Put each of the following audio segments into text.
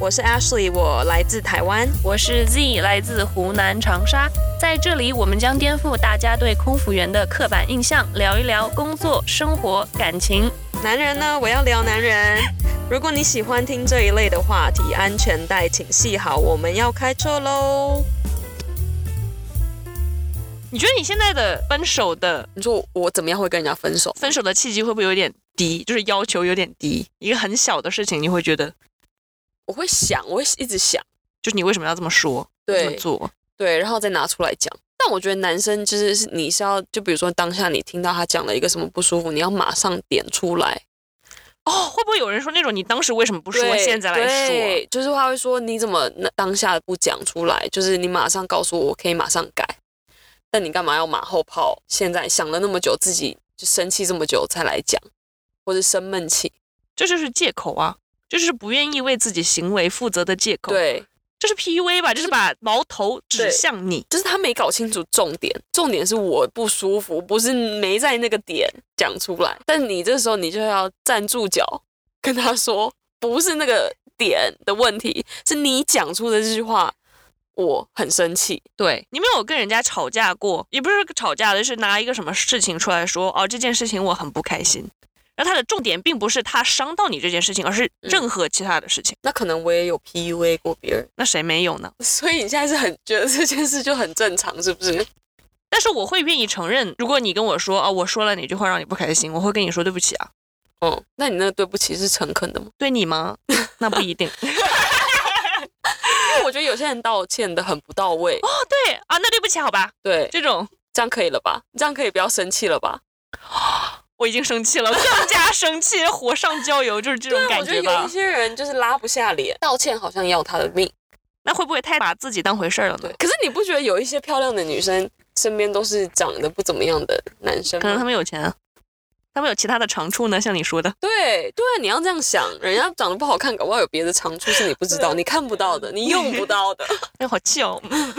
我是 Ashley，我来自台湾。我是 Z，来自湖南长沙。在这里，我们将颠覆大家对空服员的刻板印象，聊一聊工作、生活、感情。男人呢？我要聊男 人。如果你喜欢听这一类的话题，安全带请系好，我们要开车喽。你觉得你现在的分手的你说我怎么样会跟人家分手？分手的契机会不会有点低？就是要求有点低，一个很小的事情，你会觉得，我会想，我会一直想，就是你为什么要这么说，对这么做？对，然后再拿出来讲。但我觉得男生就是是你是要，就比如说当下你听到他讲了一个什么不舒服，你要马上点出来，哦，会不会有人说那种你当时为什么不说，对现在来说？对，就是他会说你怎么那当下不讲出来，就是你马上告诉我，我可以马上改。但你干嘛要马后炮？现在想了那么久，自己就生气这么久才来讲，或者生闷气，这就是借口啊，这就是不愿意为自己行为负责的借口。，对，嗯这是 PUA 吧，就是把矛头指对向你。就是他没搞清楚重点，重点是我不舒服，不是没在那个点讲出来。但你这时候你就要站住脚，跟他说不是那个点的问题，是你讲出的这句话，我很生气。对，你没有跟人家吵架过，也不是吵架的，就是拿一个什么事情出来说，哦，这件事情我很不开心。然后他的重点并不是他伤到你这件事情，而嗯是任何其他的事情。那可能我也有 PUA 过别人，那谁没有呢？所以你现在是很觉得这件事就很正常，是不 是？但是我会愿意承认，如果你跟我说啊、我说了哪句话让你不开心，我会跟你说对不起啊。嗯，那你那个对不起是诚恳的吗？对你吗？那不一 定。因为我觉得有些人道歉的很不到位，对啊，那对不起，好吧，对，这种这样可以了吧？这样可以不要生气了吧？我已经生气了，更加生气，火上浇油，就是这种对，啊感我觉得有吧一。些人就是拉不下脸，道歉好像要他的命。那会不会太把自己当回事儿了呢对？，可是你不觉得有一些漂亮的女生身边都是长得不怎么样的男生可能他吗？们有钱啊，他们有其他的长处呢，像你说的。对对，你要这样想，人家长得不好看，搞不好有别的长处是你不知 道、你看不到的、你用不到的，哎，好 气哦！你知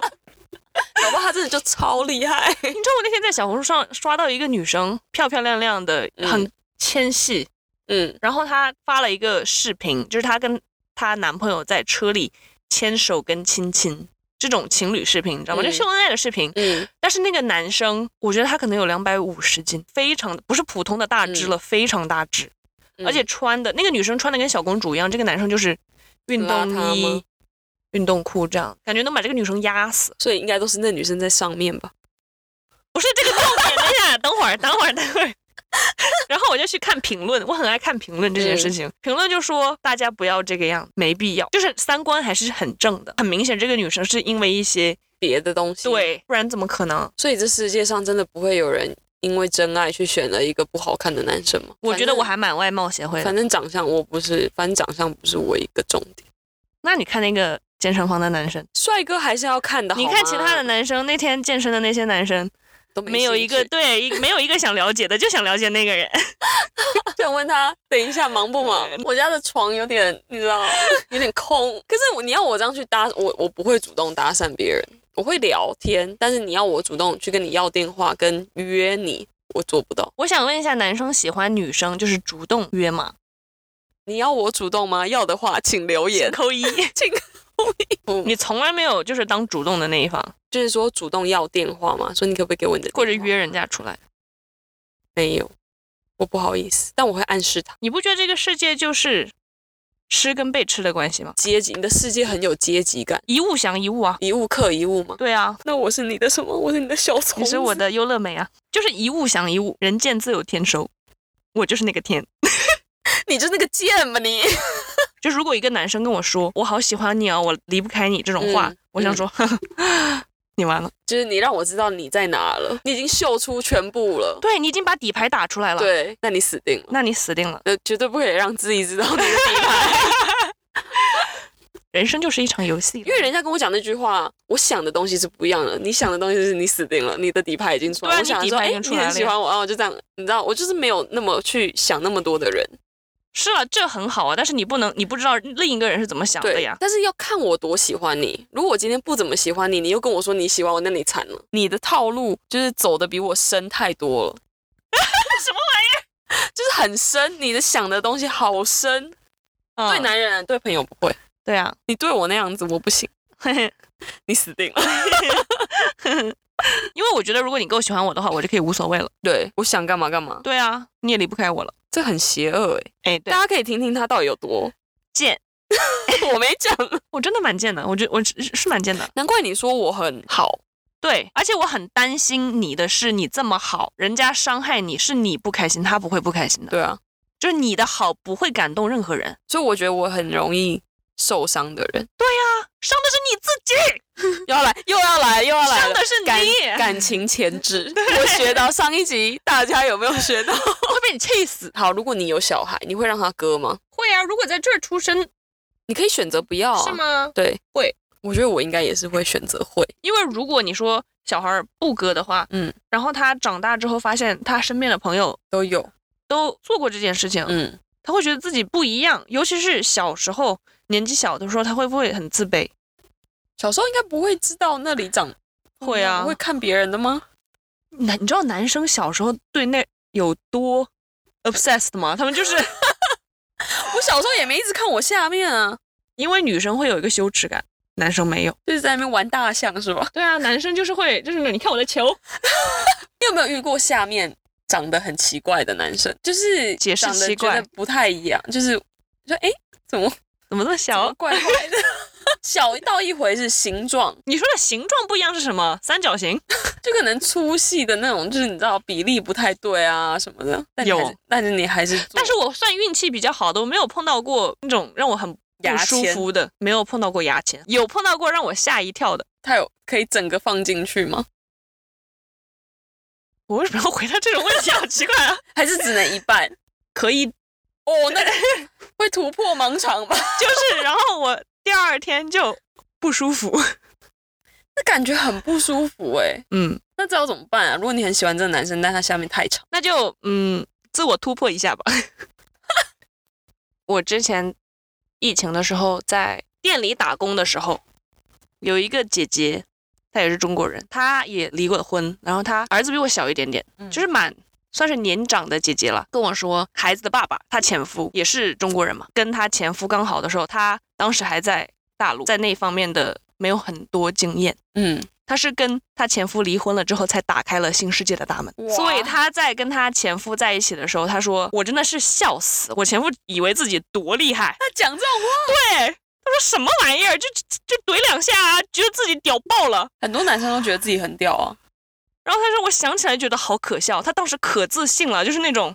搞不好他真的就超厉害。道我那天在小红书上刷到一个女生，漂漂亮亮的，嗯很纤细，嗯，然后她发了一个视频，就是她跟她男朋友在车里牵手跟亲亲。这种情侣视频，你知道吗？嗯就秀恩爱的视频，嗯，但是那个男生，我觉得他可能有两百五十斤，非常不是普通的大只了，非常大只，嗯而且穿的那个女生穿的跟小公主一样，这个男生就是运邋动遢吗衣、运动裤这样，感觉能把这个女生压死。所以应该都是那女生在上面吧？不是这个重点，等一 下，等会儿，等会儿，等会儿。然后我就去看评论，我很爱看评论这件事情。评论就说大家不要这个样，没必要，就是三观还是很正的。很明显，这个女生是因为一些别的东西。，对，不然怎么可能？所以这世界上真的不会有人因为真爱去选了一个不好看的男生吗？我觉得我反还蛮外貌协会正的。反正长相我不是，反正长相不是我一个重点。那你看那个健身房的男生，帅哥还是要看的，你看其他的男生，那天健身的那些男生，都没有一个对，一没有一个想了解的，就想了解那个人。 想问他，等一下忙不忙？我家的床有点，你知 道，有点空。可是我你要我这样去搭，我我不会主动搭讪别人，我会聊天，但是你要我主动去跟你要电话跟约你，我做不到。 我想问一下，男生喜欢女生就是主动约吗？你要我主动吗？要的话，请留请言。 扣一。 请你从来没有就是当主动的那一方， 就是说主动要电话嘛，说你可不可以给我你的电话或者？约人家出来， 没有，我不好意思，但我会暗示他。你不觉得这个世界就是吃跟被吃的关系吗？阶级，你的世界很有阶级感，一物降一物啊，一物克一物嘛。对啊，那我是你的什么？我是你的小虫你子。是我的优乐美啊，就是一物降一物，人贱自有天收，我就是那个天。你就是那个贱吧你。就如果一个男生跟我说我好喜欢你哦，我离不开你这种话，嗯我想说，你完了， 就是你让我知道你在哪了，你已经秀出全部了。对你已经把底牌打出来了，，对，那你死定了，那你死定了。 呃，绝对不可以让自己知道你的底牌。人生就是一场游戏，因为人家跟我讲那句话，我想的东西是不一样的。你想的东西是你死定了，你的底牌已经出来。对啊我想你底说，牌已哎、经出你来了呀很喜欢我，然后我就这样，你知道，我就是没有那么去想那么多的人。是啊，这很好啊，但是你不能，你不知道另一个人是怎么想的对呀，。但是要看我多喜欢你。如果我今天不怎么喜欢你，你又跟我说你喜欢我，那你惨了。你的套路就是走的比我深太多 了。什么玩意儿？ 就是很深，你的想的东西好深。嗯对男人，对朋友不会。对啊，你对我那样子，我不行， 你死定了。因为我觉得如果你够喜欢我的话，我就可以无所谓了。对，我想干嘛干嘛，对啊，你也离不开我了。这很邪恶哎、哎，对大，家可以听听他到底有多贱， 我没讲，我真的蛮贱的，我觉我是是蛮贱的。 难怪你说我很好。对，而且我很担心你的是你这么好，人家伤害你是你不开心，他不会不开心的。对啊，就是你的好不会感动任何人，所以我觉得我很容易受伤的人。伤的是你自己，又要来，又要来，又要来伤了的。是感你，感情前 置，我学到上一集，大家有没有学 到？会被你气死。好，如果你有小孩，你会让他割吗？会啊，如果在这儿出生你可以选择不要、啊，是？吗？对，会。我觉得我应该也是会选择会，因为如果你说小孩儿不割的话，嗯，然后他长大之后发现他身边的朋友都有，都做过这件事情，嗯，他会觉得自己不一样，尤其是小时候年纪小的时候，他会不会很自卑？小时候应该不会知道那里长，会啊不会看别人的吗？男，你知道男生小时候对那有多 obsessed 吗？他们 就是我小时候也没一直看我下面啊，因为女生会有一个羞耻感，男生没有。就是在那边玩大象是吧？对啊，男生就是会，就是你看我的球， 你有没有遇过下面长得很奇怪的男生？就是解释长得奇怪觉得不太一样，就是说哎，诶怎么怎么这么怎么小？怪怪的？ 小到一回是形状，你说的形状不一样是什么？三角形？就可能粗细的那种，就是你知道比例不太对啊什么的。但你有还是，但是你还是做，但是我算运气比较好的，我没有碰到过那种让我很牙不舒签服的，没有碰到过牙签，有碰到过让我吓一跳的。它有可以整个放进去吗？我为什么要回答这种问题？好奇怪 啊！还是只能一半？可以， 哦，那 会突破盲肠吧？就是，然后我第二天就不舒服。那感觉很不舒服哎、嗯，那这要怎么办啊？如果你很喜欢这个男生，但他下面太长，那就嗯，自我突破一下吧。 我之前疫情的时候在店里打工的时候，有一个姐姐，她也是中国人，她也离过婚，然后她儿子比我小一点点，嗯就是蛮。算是年长的姐姐了，跟我说孩子的爸爸，她前夫也是中国人嘛，跟她前夫刚好的时候，她当时还在大陆，在那方面的没有很多经验，嗯，她是跟她前夫离婚了之后才打开了新世界的大门，哇所以她在跟她前夫在一起的时候，她说：“我真的是笑死，我前夫以为自己多厉害，他讲这种话，对，他说什么玩意儿，就就就怼两下啊，觉得自己屌爆了。很多男生都觉得自己很屌啊。”然后她说：“我想起来觉得好可笑，她当时可自信了，就是那种，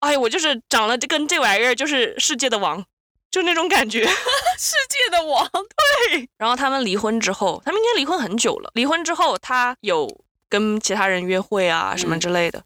哎呀，我就是长了这跟这玩意儿就是世界的王，就那种感觉。”世界的王，然后他们离婚之后，他们应该离婚很久了。离婚之后，她有跟其他人约会啊什嗯么之类的，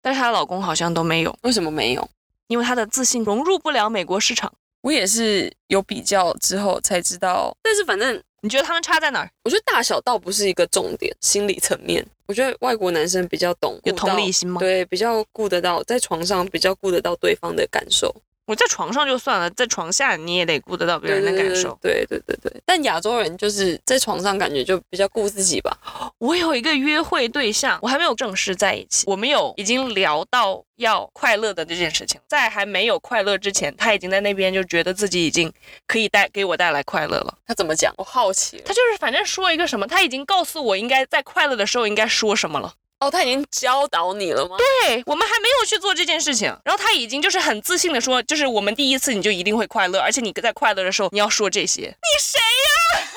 但是她老公好像都没有，为什么没有？因为她的自信融入不了美国市场。我也是有比较之后才知道，但是反正你觉得他们差在哪儿？我觉得大小倒不是一个重点，心理层面，我觉得外国男生比较懂，有顾到同理心吗对，比较顾得到，在床上比较顾得到对方的感受，我在床上就算了，在床下你也得顾得到别人的感受。对对对对对。但亚洲人就是在床上感觉就比较顾自己吧，我有一个约会对象，我还没有正式在一起，我们有已经聊到要快乐的这件事情，在还没有快乐之前，他已经在那边就觉得自己已经可以带给我带来快乐了。他怎么讲？我好奇了他就是反正说一个什么，他已经告诉我应该在快乐的时候应该说什么了。哦，他已经教导你了吗？对我们还没有去做这件事情，然后他已经就是很自信的说，就是我们第一次你就一定会快乐，而且你在快乐的时候你要说这些。你谁呀、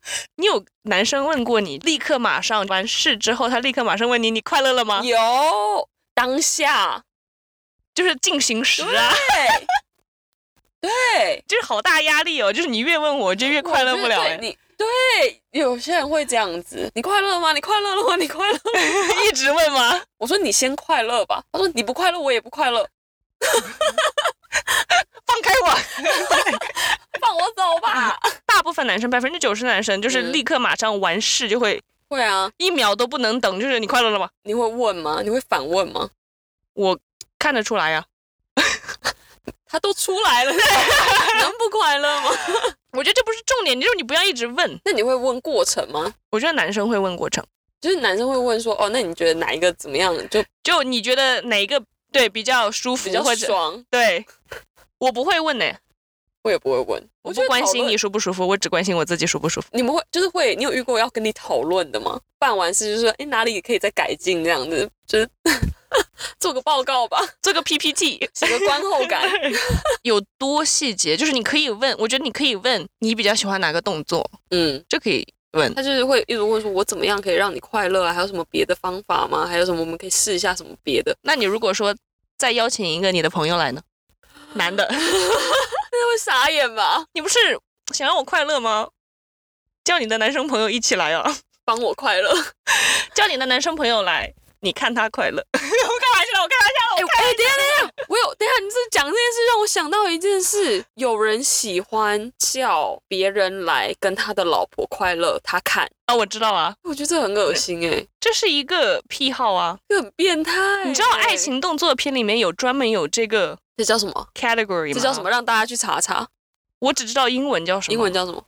你有男生问过你，立刻马上完事之后，他立刻马上问你，你快乐啊了吗？有当下，就是进行时对啊， 对，就是好大压力哦，就是你越问我就越快乐不了我觉得哎 对，你。对，有些人会这样子。你快乐吗？你快乐了吗？你快乐了吗？一 直问吗？我说你先快乐吧。他说你不快乐，我也不快乐。放开我！放我走吧。大部分男生百分之九十男生就是嗯立刻马上完事就会 会啊，一秒都不能等，就是你快乐了吗？你会问吗？你会反问吗？我看得出来呀、他都出来了， 能不快乐吗？我觉得这不是重点，就是你不要一直问。那你会问过程吗？我觉得男生会问过程，就是男生会问说，哦，那你觉得哪一个怎么样？就就你觉得哪一个对比较舒服比较或者爽。对，我不会问呢、我也不会问，我觉不得关讨心论你。舒不舒服，我只关心我自己舒不舒服。你们会就是会，你有遇过要跟你讨论的吗？办完事就说，哎，哪里可以再改进这样子，就是 做个报告吧，这个 PPT 写个观后 感。 有多细节，就是你可以问，我觉得你可以问你比较喜欢哪个动作，嗯，这可以问。他就是会一直问说，我怎么样可以让你快乐啊？还有什么别的方法吗？ 还有什么我们可以试一下什么别的？那你如果说再邀请一个你的朋友来呢，男的， 那会傻眼吧？你不是想让我快乐吗？叫你的男生朋友一起来啊， 帮我快乐。叫你的男生朋友来，你看他快乐。我 开玩笑的，我开玩笑哎、的，我开哎、等一下等一下， 我有等一下，你这讲这件事让我想到一件事，有人喜欢叫别人来跟他的老婆快乐，他看，啊、我知道啊，我觉得这很恶心哎、这是一个癖好啊。这很变态欸、你知道爱情动作片里面有专门有这个这叫什么？ category 吗？这叫什么？？让大家去查查，我只知道英文叫什么，英文叫什么？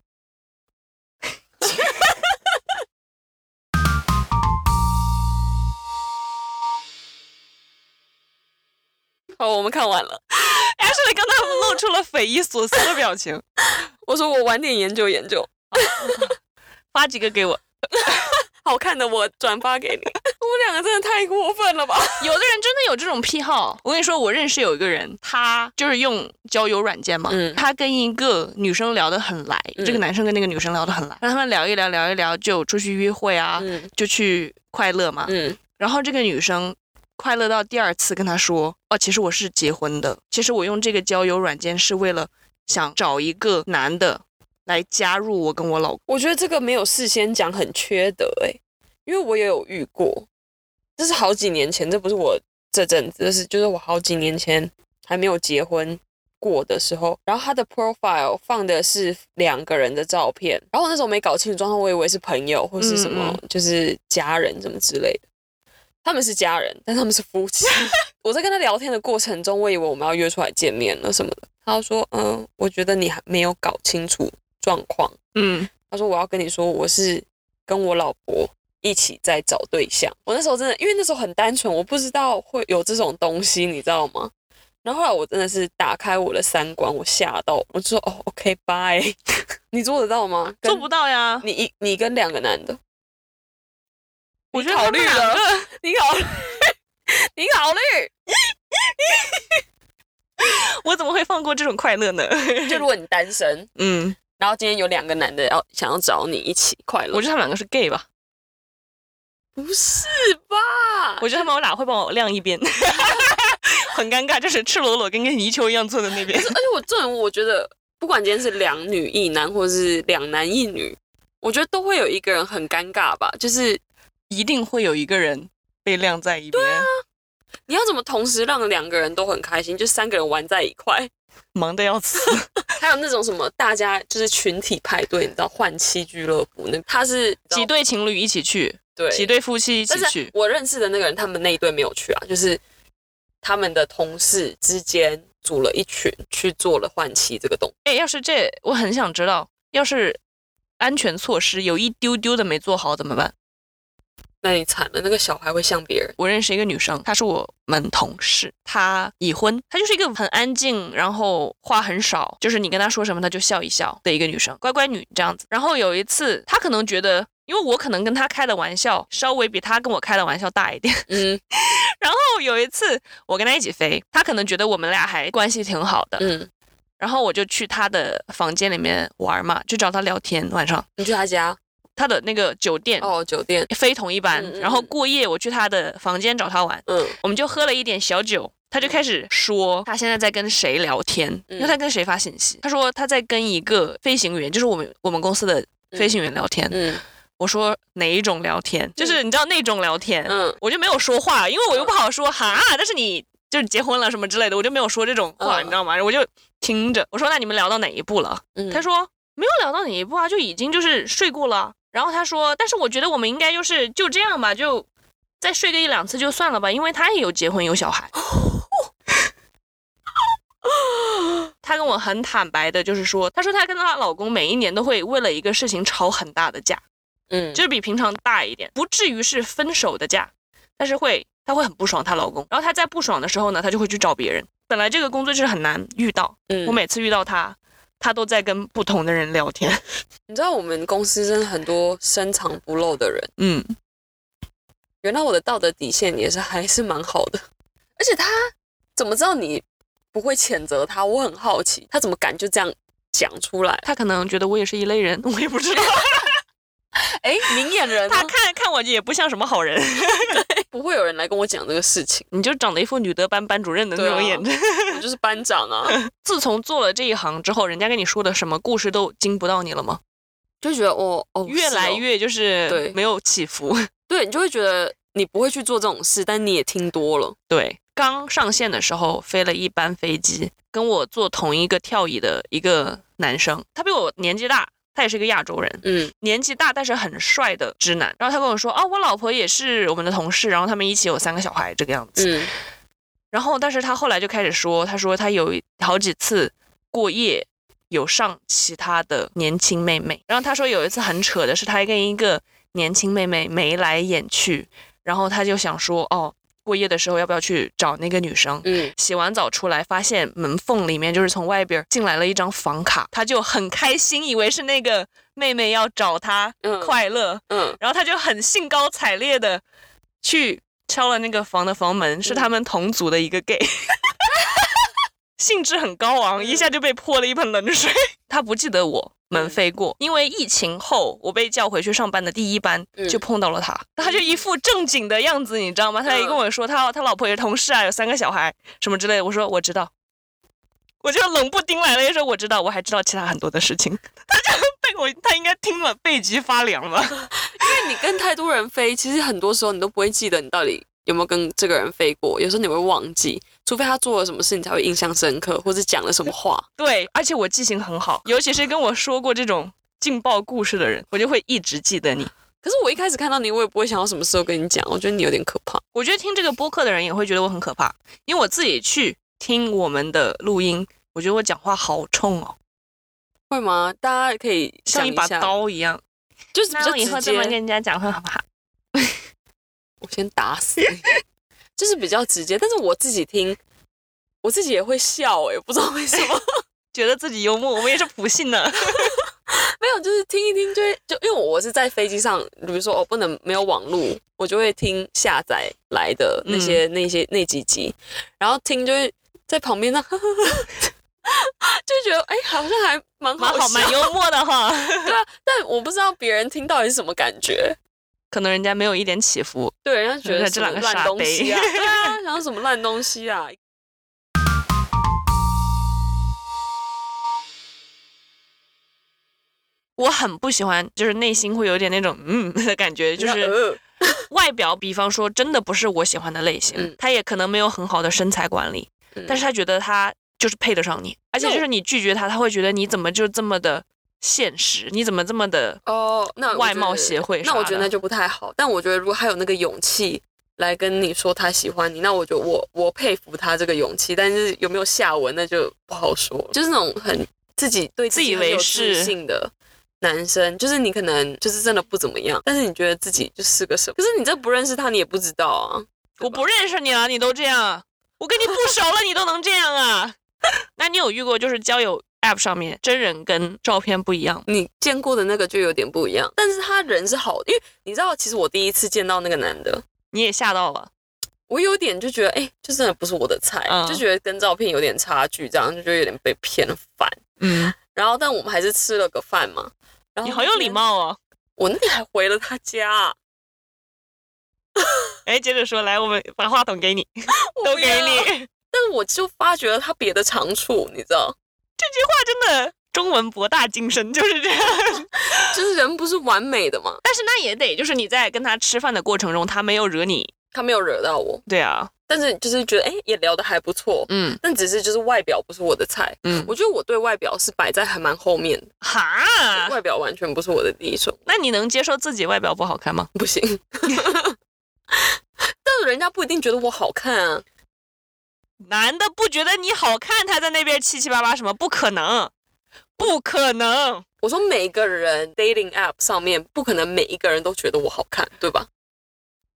好，我们看完了。 Ashley 刚才露出了匪夷所思的表情， 我说我晚点研究研究，发几个给我。好看的我转发给你。 我们两个真的太过分了吧？有的人真的有这种癖好，我跟你说，我认识有一个人，他就是用交友软件嘛，嗯他跟一个女生聊得很来，嗯这个男生跟那个女生聊得很来，让他们聊一聊，聊一聊就出去约会啊，嗯就去快乐嘛。嗯然后这个女生快乐到第二次跟他说：“哦，其实我是结婚的，其实我用这个交友软件是为了想找一个男的来加入我跟我老公。我觉得这个没有事先讲很缺德哎、因为我也有遇过，这是好几年前，这不是我这阵子，这是就是我好几年前还没有结婚过的时候，然后他的 profile 放的是两个人的照片，然后我那时候没搞清楚状况，我以为是朋友或是什么，嗯就是家人什么之类的。他们是家人，但他们是夫妻。 我在跟他聊天的过程中，我以为我们要约出来见面了什么的。他就说：“嗯，我觉得你还没有搞清楚状况。”嗯，他说我要跟你说，我是跟我老婆一起在找对象。我那时候真的，因为那时候很单纯，我不知道会有这种东西，你知道吗？然后后来我真的是打开我的三观，我吓到，我就说哦，OK，拜， 你做得到吗？跟做不到呀。你一你跟两个男的， 我你觉得考他们虑两了个，你考 虑，你考虑，我怎么会放过这种快乐呢？ 就如果你单身，嗯，然后今天有两个男的要想要找你一起快乐，我觉得他们两个是 gay 吧，不是吧？我觉得他们俩会帮我晾一边， 很尴尬，就是赤裸裸跟个泥鳅一样坐在那边。而且我这种，我觉得不管今天是两女一男，或者是两男一女，我觉得都会有一个人很尴尬吧。就是一定会有一个人被晾在一边，你要怎么同时让两个人都很开心，就三个人玩在一块。 忙得要死。还有那种什么，大家就是群体派对，你知道换妻俱乐部，那他是几对情侣一起去，对几对夫妻一起但是去，我认识的那个人，他们那一队没有去啊，就是他们的同事之间组了一群去做了换妻这个动作。哎，要是这，我很想知道，要是安全措施有一丢丢的没做好怎么办？那你惨了，那个小孩会像别人。我认识一个女生，她是我们同事，她已婚，她就是一个很安静，然后话很少，就是你跟她说什么，她就笑一笑的一个女生，乖乖女这样子。然后有一次，她可能觉得。因为我可能跟她开的玩笑稍微比她跟我开的玩笑大一点， 嗯然后有一次我跟她一起飞，她可能觉得我们俩还关系挺好的，嗯，然后我就去她的房间里面玩嘛，就找她聊天。晚上你去他家她的那个酒店、哦，酒店。非同一班，嗯嗯然后嗯过夜我去她的房间找她玩，嗯，我们就喝了一点小酒，他就开始说他现在在跟谁聊天，嗯因为他跟谁发信息，他说他在跟一个飞行员，就是我们我们公司的飞行员聊天。嗯我说哪一种聊天？就是你知道那种聊天，嗯我就没有说话，因为我又不好说哈，但是你就是结婚了什么之类的，我就没有说这种嗯话，你知道吗？我就听着，我说那你们聊到哪一步了？嗯他说没有聊到哪一步啊，就已经就是睡过了。然后他说，但是我觉得我们应该就是就这样吧，就再睡个一两次就算了吧，因为他也有结婚有小孩。 他跟我很坦白的，就是说，她说她跟她老公每一年都会为了一个事情吵很大的架，嗯，就是比平常大一点，不至于是分手的架，但是会她会很不爽她老公，然后她在不爽的时候呢，她就会去找别人。本来这个工作就是很难遇到，嗯我每次遇到她，她都在跟不同的人聊天。 你知道我们公司真的很多深藏不露的人，嗯，原来我的道德底线也是还是蛮好的，而且他怎么知道你不会谴责他？我很好奇，他怎么敢就这样讲出来？她可能觉得我也是一类人， 我也不知道。哎，明眼人、她啊，看看我也不像什么好人，不会有人来跟我讲这个事情。 你就长得一副女德班班主任的那对啊种 眼神。我就是班长啊，自从做了这一行之后，人家跟你说的什么故事都惊不到你了吗？就觉得哦哦， 越来是哦越就是对没有起伏。对，你就会觉得你不会去做这种事，但你也听多了。 对，刚上线的时候飞了一班飞机，跟我坐同一个跳椅的一个男生，他比我年纪大，他也是一个亚洲人，嗯年纪大但是很帅的直男。然后他跟我说，啊，我老婆也是我们的同事，然后他们一起有三个小孩这个样子。嗯然后，但是他后来就开始说，他说他有好几次过夜有上其他的年轻妹妹。然后他说有一次很扯的是，他跟一个年轻妹妹眉来眼去，然后他就想说，哦，过夜的时候要不要去找那个女生？嗯，洗完澡出来，发现门缝里面就是从外边进来了一张房卡，他就很开心，以为是那个妹妹要找他嗯快乐，嗯，然后他就很兴高采烈的去敲了那个房的房门，嗯是他们同组的一个 gay，、兴致很高昂，嗯一下就被泼了一盆冷水。 他不记得我们飞过，因为疫情后我被叫回去上班的第一班嗯嗯就碰到了他，他就一副正经的样子，你知道吗？他还跟我说他他老婆也是同事啊，有三个小孩什么之类的，我说我知道。我就冷不丁来了一说，我知道，我还知道其他很多的事情。 他就被我，他应该听了背脊发凉吧？因为你跟太多人飞，其实很多时候你都不会记得你到底有没有跟这个人飞过，有时候你会忘记，除非他做了什么事，你才会印象深刻，或者讲了什么话。对，而且我记性很好，尤其是跟我说过这种劲爆故事的人，我就会一直记得你。可是我一开始看到你，我也不会想到什么时候跟你讲，我觉得你有点可怕。我觉得听这个播客的人也会觉得我很可怕，因为我自己去听我们的录音，我觉得我讲话好冲哦，会吗？大家可以想像一一把下，刀一样。就是比较直接。人家讲话好不好？我先打死你， 就是比较直接。但是我自己听，我自己也会笑、欸，不知道为什么。觉得自己幽默，我们也是不信的。没有，就是听一听就会，就因为我是在飞机上，比如说我、哦、不能没有网络，我就会听下载来的嗯那些、那些那几集，然后听就会在旁边那， 就觉得哎、好像还蛮 蛮好笑好，蛮幽默的哈。对啊，但我不知道别人听到底是什么感觉。 可能人家没有一点起伏。对，人家觉得什这么两个烂傻东逼西啊，对啊，然后什么烂东西啊。我很不喜欢，就是内心会有点那种嗯 的感觉， 就是呃外表，比方说真的不是我喜欢的类型，嗯他也可能没有很好的身材管理，嗯但是他觉得他就是配得上你，而且就是你拒绝他，他会觉得你怎么就这么的现实，你怎么这么的哦，那我外觉貌得协会那我啥觉得的那就不太好。但我觉得如果他有那个勇气来跟你说他喜欢你，那我觉得我我佩服他这个勇气。但是有没有下文，那就不好说了。就是那种很自己对自以己很有自为是信的。男生就是你可能就是真的不怎么样，但是你觉得自己就是个什么，可是你这不认识他，你也不知道啊。我不认识你啊，你都这样啊，我跟你不熟了，你都能这样啊？ 那你有遇过就是交友 app 上面真人跟照片不一样吗？你见过的那个就有点不一样，但是他人是好的，因为你知道，其实我第一次见到那个男的，你也吓到了？我有点就觉得，哎、就真的不是我的菜，嗯就觉得跟照片有点差距，这样就觉得有点被骗烦。嗯，然后，但我们还是吃了个饭嘛。然后你好有礼，貌哦。我那天还回了他家，啊哎，接着说，来，我们把话筒给你，我 都不给要 你。。这啊但是我就发觉了他别的长处，你知道， 句话真的中文博大精深，就是这样。就是人不是完美的嘛，但是那也得就是你在跟他吃饭的过程中，他没有惹你，他没有惹到我，对啊，但是就是觉得哎、诶也聊得还不错，嗯但只是就是外表不是我的菜。嗯，我觉得我对外表是摆在还蛮后面的，哈，外表完全不是我的第一顺那你能接受自己外表不好看吗？位，不行。 但是人家不一定觉得我好看啊，男的不觉得你好看，他在那边七七八八什么？不可能，不可能。我说每个人 dating app 上面不可能每一个人都觉得我好看，对吧？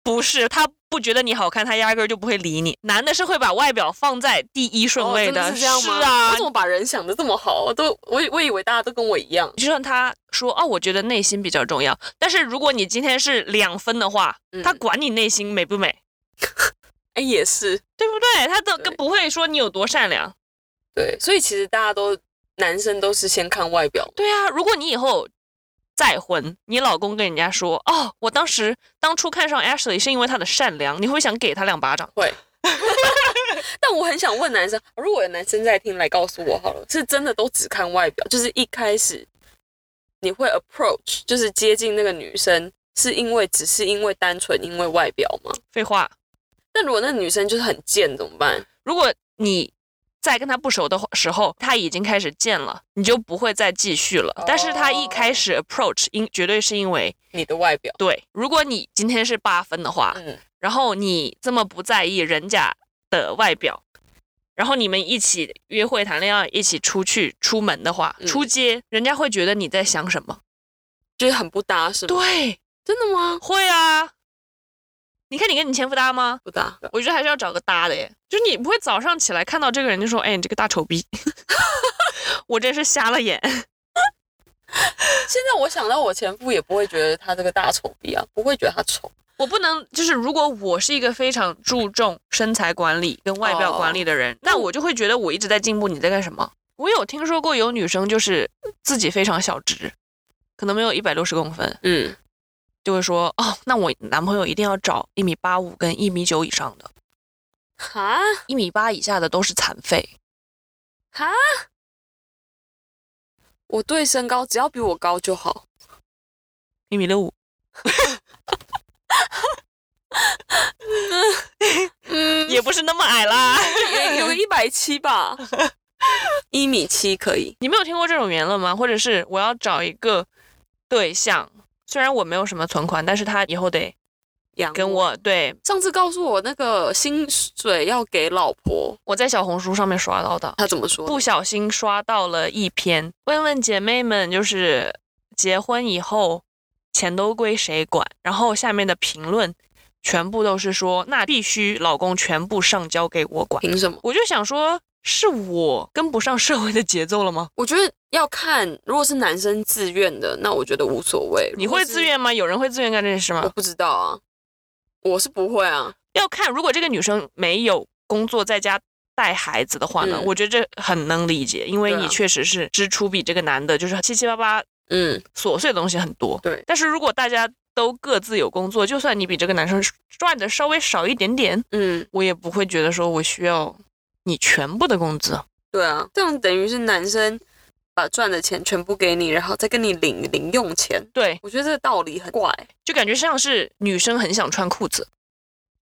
不是，他不觉得你好看，他压根儿就不会理你。男的是会把外表放在第一顺位哦真是这样吗？是啊我怎，么把人想的这么好？我都我以我以为大家都跟我一样。就算他说哦，我觉得内心比较重要，但是如果你今天是两分的话，嗯他管你内心美不美，哎，也是对不对？他都对跟不会说你有多善良。对，所以其实大家都男生都是先看外表，对啊，如果你以后再婚，你老公跟人家说哦，我当时当初看上 Ashley 是因为她的善良，你会想给他两巴掌。会。但我很想问男生，如果有男生在听，来告诉我好了，是真的都只看外表，就是一开始你会 approach，就是接近那个女生，是因为只是因为单纯因为外表吗？废话，但如果那女生就是很贱怎么办？如果你在跟他不熟的话时候，他已经开始见了，你就不会再继续了。但是他一开始 approach，因绝对是因为你的外表，对，如果你今天是八分的话，嗯，然后你这么不在意人家的外表，然后你们一起约会、谈恋爱、一起出去、出门的话，嗯出街人家会觉得你在想什么？就是很不搭是吗？，对，真的吗？会啊。你看你跟你前夫搭吗？不搭，我觉得还是要找个搭的耶，就是你不会早上起来看到这个人就说，哎，你这个大丑 逼，我真是瞎了眼。现在我想到我前夫也不会觉得他这个大丑逼啊，不会觉得他丑。我不能，就是如果我是一个非常注重身材管理跟外表管理的人，那我就会觉得我一直在进步，你在干什么？哦我有听说过有女生就是自己非常小只，可能没有一百六十公分，嗯，就会说哦，那我男朋友一定要找一米八五跟一米九以上的，哈一米八以下的都是残废。哈，我对身高只要比我高就好。一米六五，嗯， 也不是那么矮啦。有个一百七吧，一米七可以。 你没有听过这种言论吗？或者是我要找一个对象，虽然我没有什么存款，但是他以后得养跟我对上次告诉我那个薪水要给老婆，我在小红书上面刷到的，他怎么说？不小心刷到了一篇，问问姐妹们，就是结婚以后钱都归谁管？然后下面的评论全部都是说，那必须老公全部上交给我管。凭什么？我就想说，是我跟不上社会的节奏了吗？我觉得要看，如果是男生自愿的，那我觉得无所谓。你如果会是自？愿吗？有人会自愿干这件事我吗？不知道啊，我是不会啊。要看，如果这个女生没有工作，在家带孩子的话呢，嗯我觉得这很能理解，因为对啊你确实是支出比这个男的就是七七八八嗯，琐碎的东西很多。对但是如果大家都各自有工作，就算你比这个男生赚的稍微少一点点，嗯，我也不会觉得说我需要你全部的工资。对啊，这样等于是男生把赚的钱全部给你，然后再跟你领零用钱。对，我觉得这个道理很怪，就感觉像是女生很想穿裤子，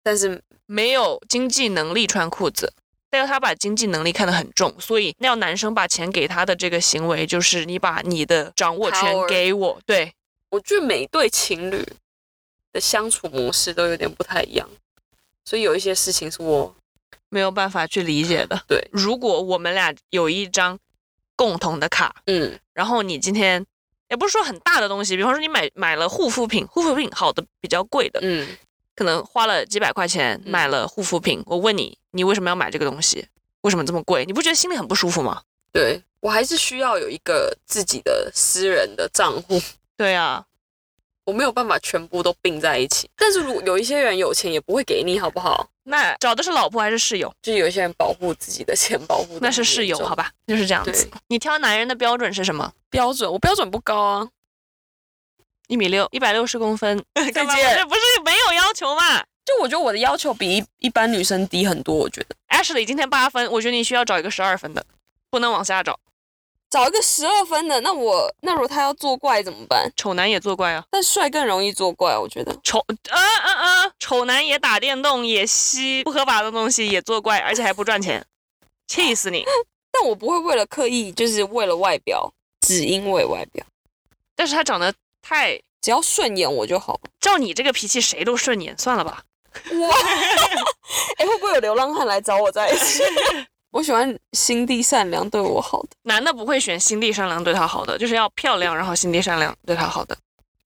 但是没有经济能力穿裤子。但是她把经济能力看得很重，所以那要男生把钱给她的这个行为，就是你把你的掌握权 Power 给我。对，我觉得每一对情侣的相处模式都有点不太一样，所以有一些事情是我没有办法去理解的。对如果我们俩有一张共同的卡，嗯然后你今天也不是说很大的东西，比方说你买买了护肤品，护肤品好的比较贵的，嗯可能花了几百块钱嗯买了护肤品。我问你，你为什么要买这个东西？为什么这么贵？你不觉得心里很不舒服吗？对我还是需要有一个自己的私人的账户， 对啊，我没有办法全部都并在一起。但是如果有一些人有钱也不会给你，好不好？那找的是老婆还是室友？就有一些人保护自己的钱， 保护得那是很室严友，重好吧，就是这样子对。你挑男人的标准是什么？标准，我标准不高啊。一米六，一百六十公分。 再干嘛我这这不是没有要求嘛就我觉得我的要求比一一般女生低很多，我觉得？Ashley 今天八分，我觉得你需要找一个十二分的，不能往下找。找一个十二分的，那我那如果他要作怪怎么办？丑男也作怪啊，但帅更容易作怪，我觉得。丑啊啊啊！丑男也打电动，也吸不合法的东西，也作怪，而且还不赚钱，气死 你！但我不会为了刻意，就是为了外表，只因为外表，但是他长得太……只要顺眼我就好了。照你这个脾气，谁都顺眼，算了吧。 哇，哎、会不会有流浪汉来找我在一起？ 我喜欢心地善良、对我好的，男的不会选心地善良对他好的，就是要漂亮，然后心地善良对他好的。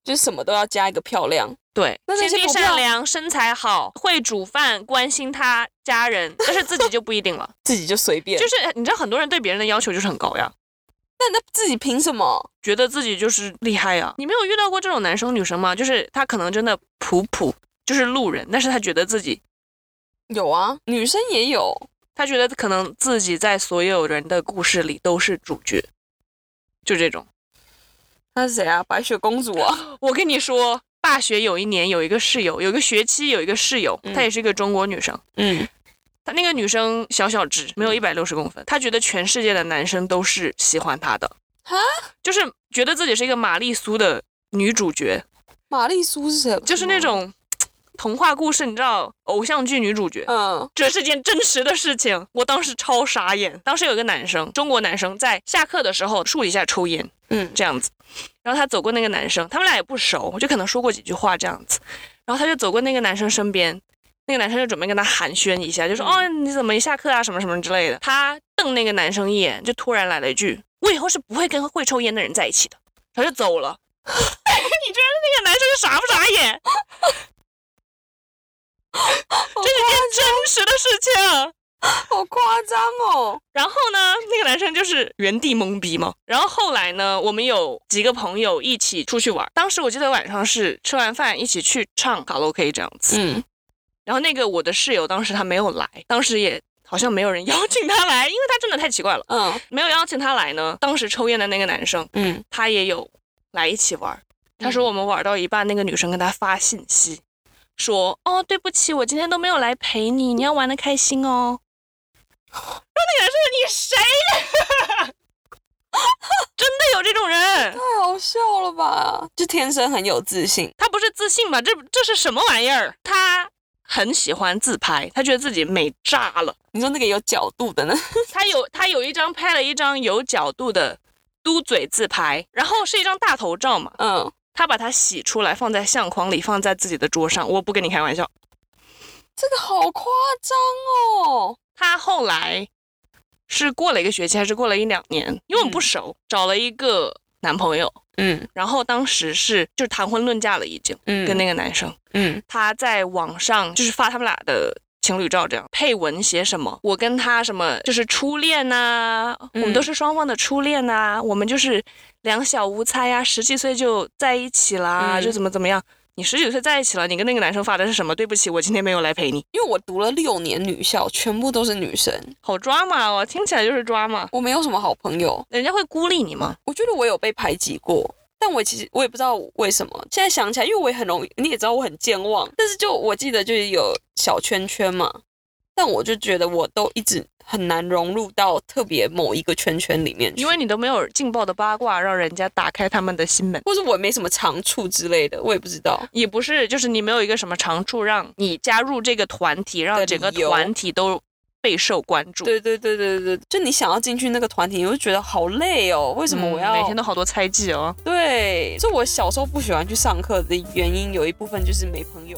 就是什么都要加一个漂亮。对那，那心些地不漂善良，身材好，会煮饭，关心他家人，但是自己就不一定 了。自己就随便，就是你知道，很多人对别人的要求就是很高呀，但他自己凭什么？觉得自己就是厉害呀。你没有遇到过这种男生女生吗？就是他可能真的普普，就是路人，但是他觉得自己，有啊，女生也有，他觉得可能自己在所有人的故事里都是主角，就这种。她是谁啊？白雪公主啊？我跟你说，大学有一年有一个室友，有一个学期有一个室友，嗯她也是一个中国女生。嗯，她那个女生小小只，没有一百六十公分。她觉得全世界的男生都是喜欢她的，哈，就是觉得自己是一个玛丽苏的女主角，玛丽苏是谁？就是那种童话故事，你知道，偶像剧女主角。嗯，这是件真实的事情，我当时超傻眼。当时有一个男生，中国男生在下课的时候树底下抽烟，嗯这样子。然后他走过那个男生，他们俩也不熟，就可能说过几句话这样子。然后他就走过那个男生身边，那个男生就准备跟他寒暄一下，就说：“嗯哦，你怎么一下课啊，什么什么之类的。”他瞪那个男生一眼，就突然来了一句：“我以后是不会跟会抽烟的人在一起的。”他就走了。 你觉得那个男生傻不傻眼？好这是件真实的事情。好夸张哦。然后呢，那个男生就是原地懵逼嘛。然后后来呢，我们有几个朋友一起出去玩，当时我记得晚上是吃完饭一起去唱卡拉 OK 这样子。嗯，然后那个我的室友当时他没有来，当时也好像没有人 邀请他来，因为他真的太奇怪了，嗯没有邀请他来呢。当时抽烟的那个男生嗯，他也有来一起玩儿。他说我们玩到一半，那个女生跟他发信息，说：“哦，对不起，我今天都没有来陪你，你要玩的开心哦。”说那个人说：“你谁？”真的有这种人，太好笑了吧？就天生很有自信。他不是自信吧？这这是什么玩意儿？他很喜欢自拍，他觉得自己美炸了。你说那个有角度的呢？他有他有一张拍了一张有角度的嘟嘴自拍，然后是一张大头照嘛，嗯，他把它洗出来，放在相框里，放在自己的桌上。我不跟你开玩笑。这个好夸张哦。他后来是过了一个学期，还是过了一两年，因为我们不熟，找了一个男朋友，嗯然后当时是就是谈婚论嫁了，已经嗯跟那个男生，嗯他在网上就是发他们俩的。情侣照这样配文写什么？我跟他什么就是初恋呐、嗯我们都是双方的初恋呐、我们就是两小无猜呀、十几岁就在一起啦，嗯就怎么怎么样。你十几岁在一起了，你跟那个男生发的是什么？对不起，我今天没有来陪你，因为我读了六年女校，全部都是女生，好抓马哦，听起来就是抓马。我没有什么好朋友。人家会孤立你吗？我觉得我有被排挤过，但我其实我也不知道为什么。现在想起来，因为我也很容易，你也知道我很健忘，但是就我记得就是有小圈圈嘛，但我就觉得我都一直很难融入到特别某一个圈圈里面去，因为你都没有劲爆的八卦，让人家打开他们的心门。或是我没什么长处之类的，我也不知道。也不是，就是你没有一个什么长处，让你加入这个团体，让整个理由团体都备受关注。对对对对对，就你想要进去那个团体，你会觉得好累哦。为嗯，什么我要、每天都好多猜忌哦？对，就我小时候不喜欢去上课的原因，有一部分就是没朋友。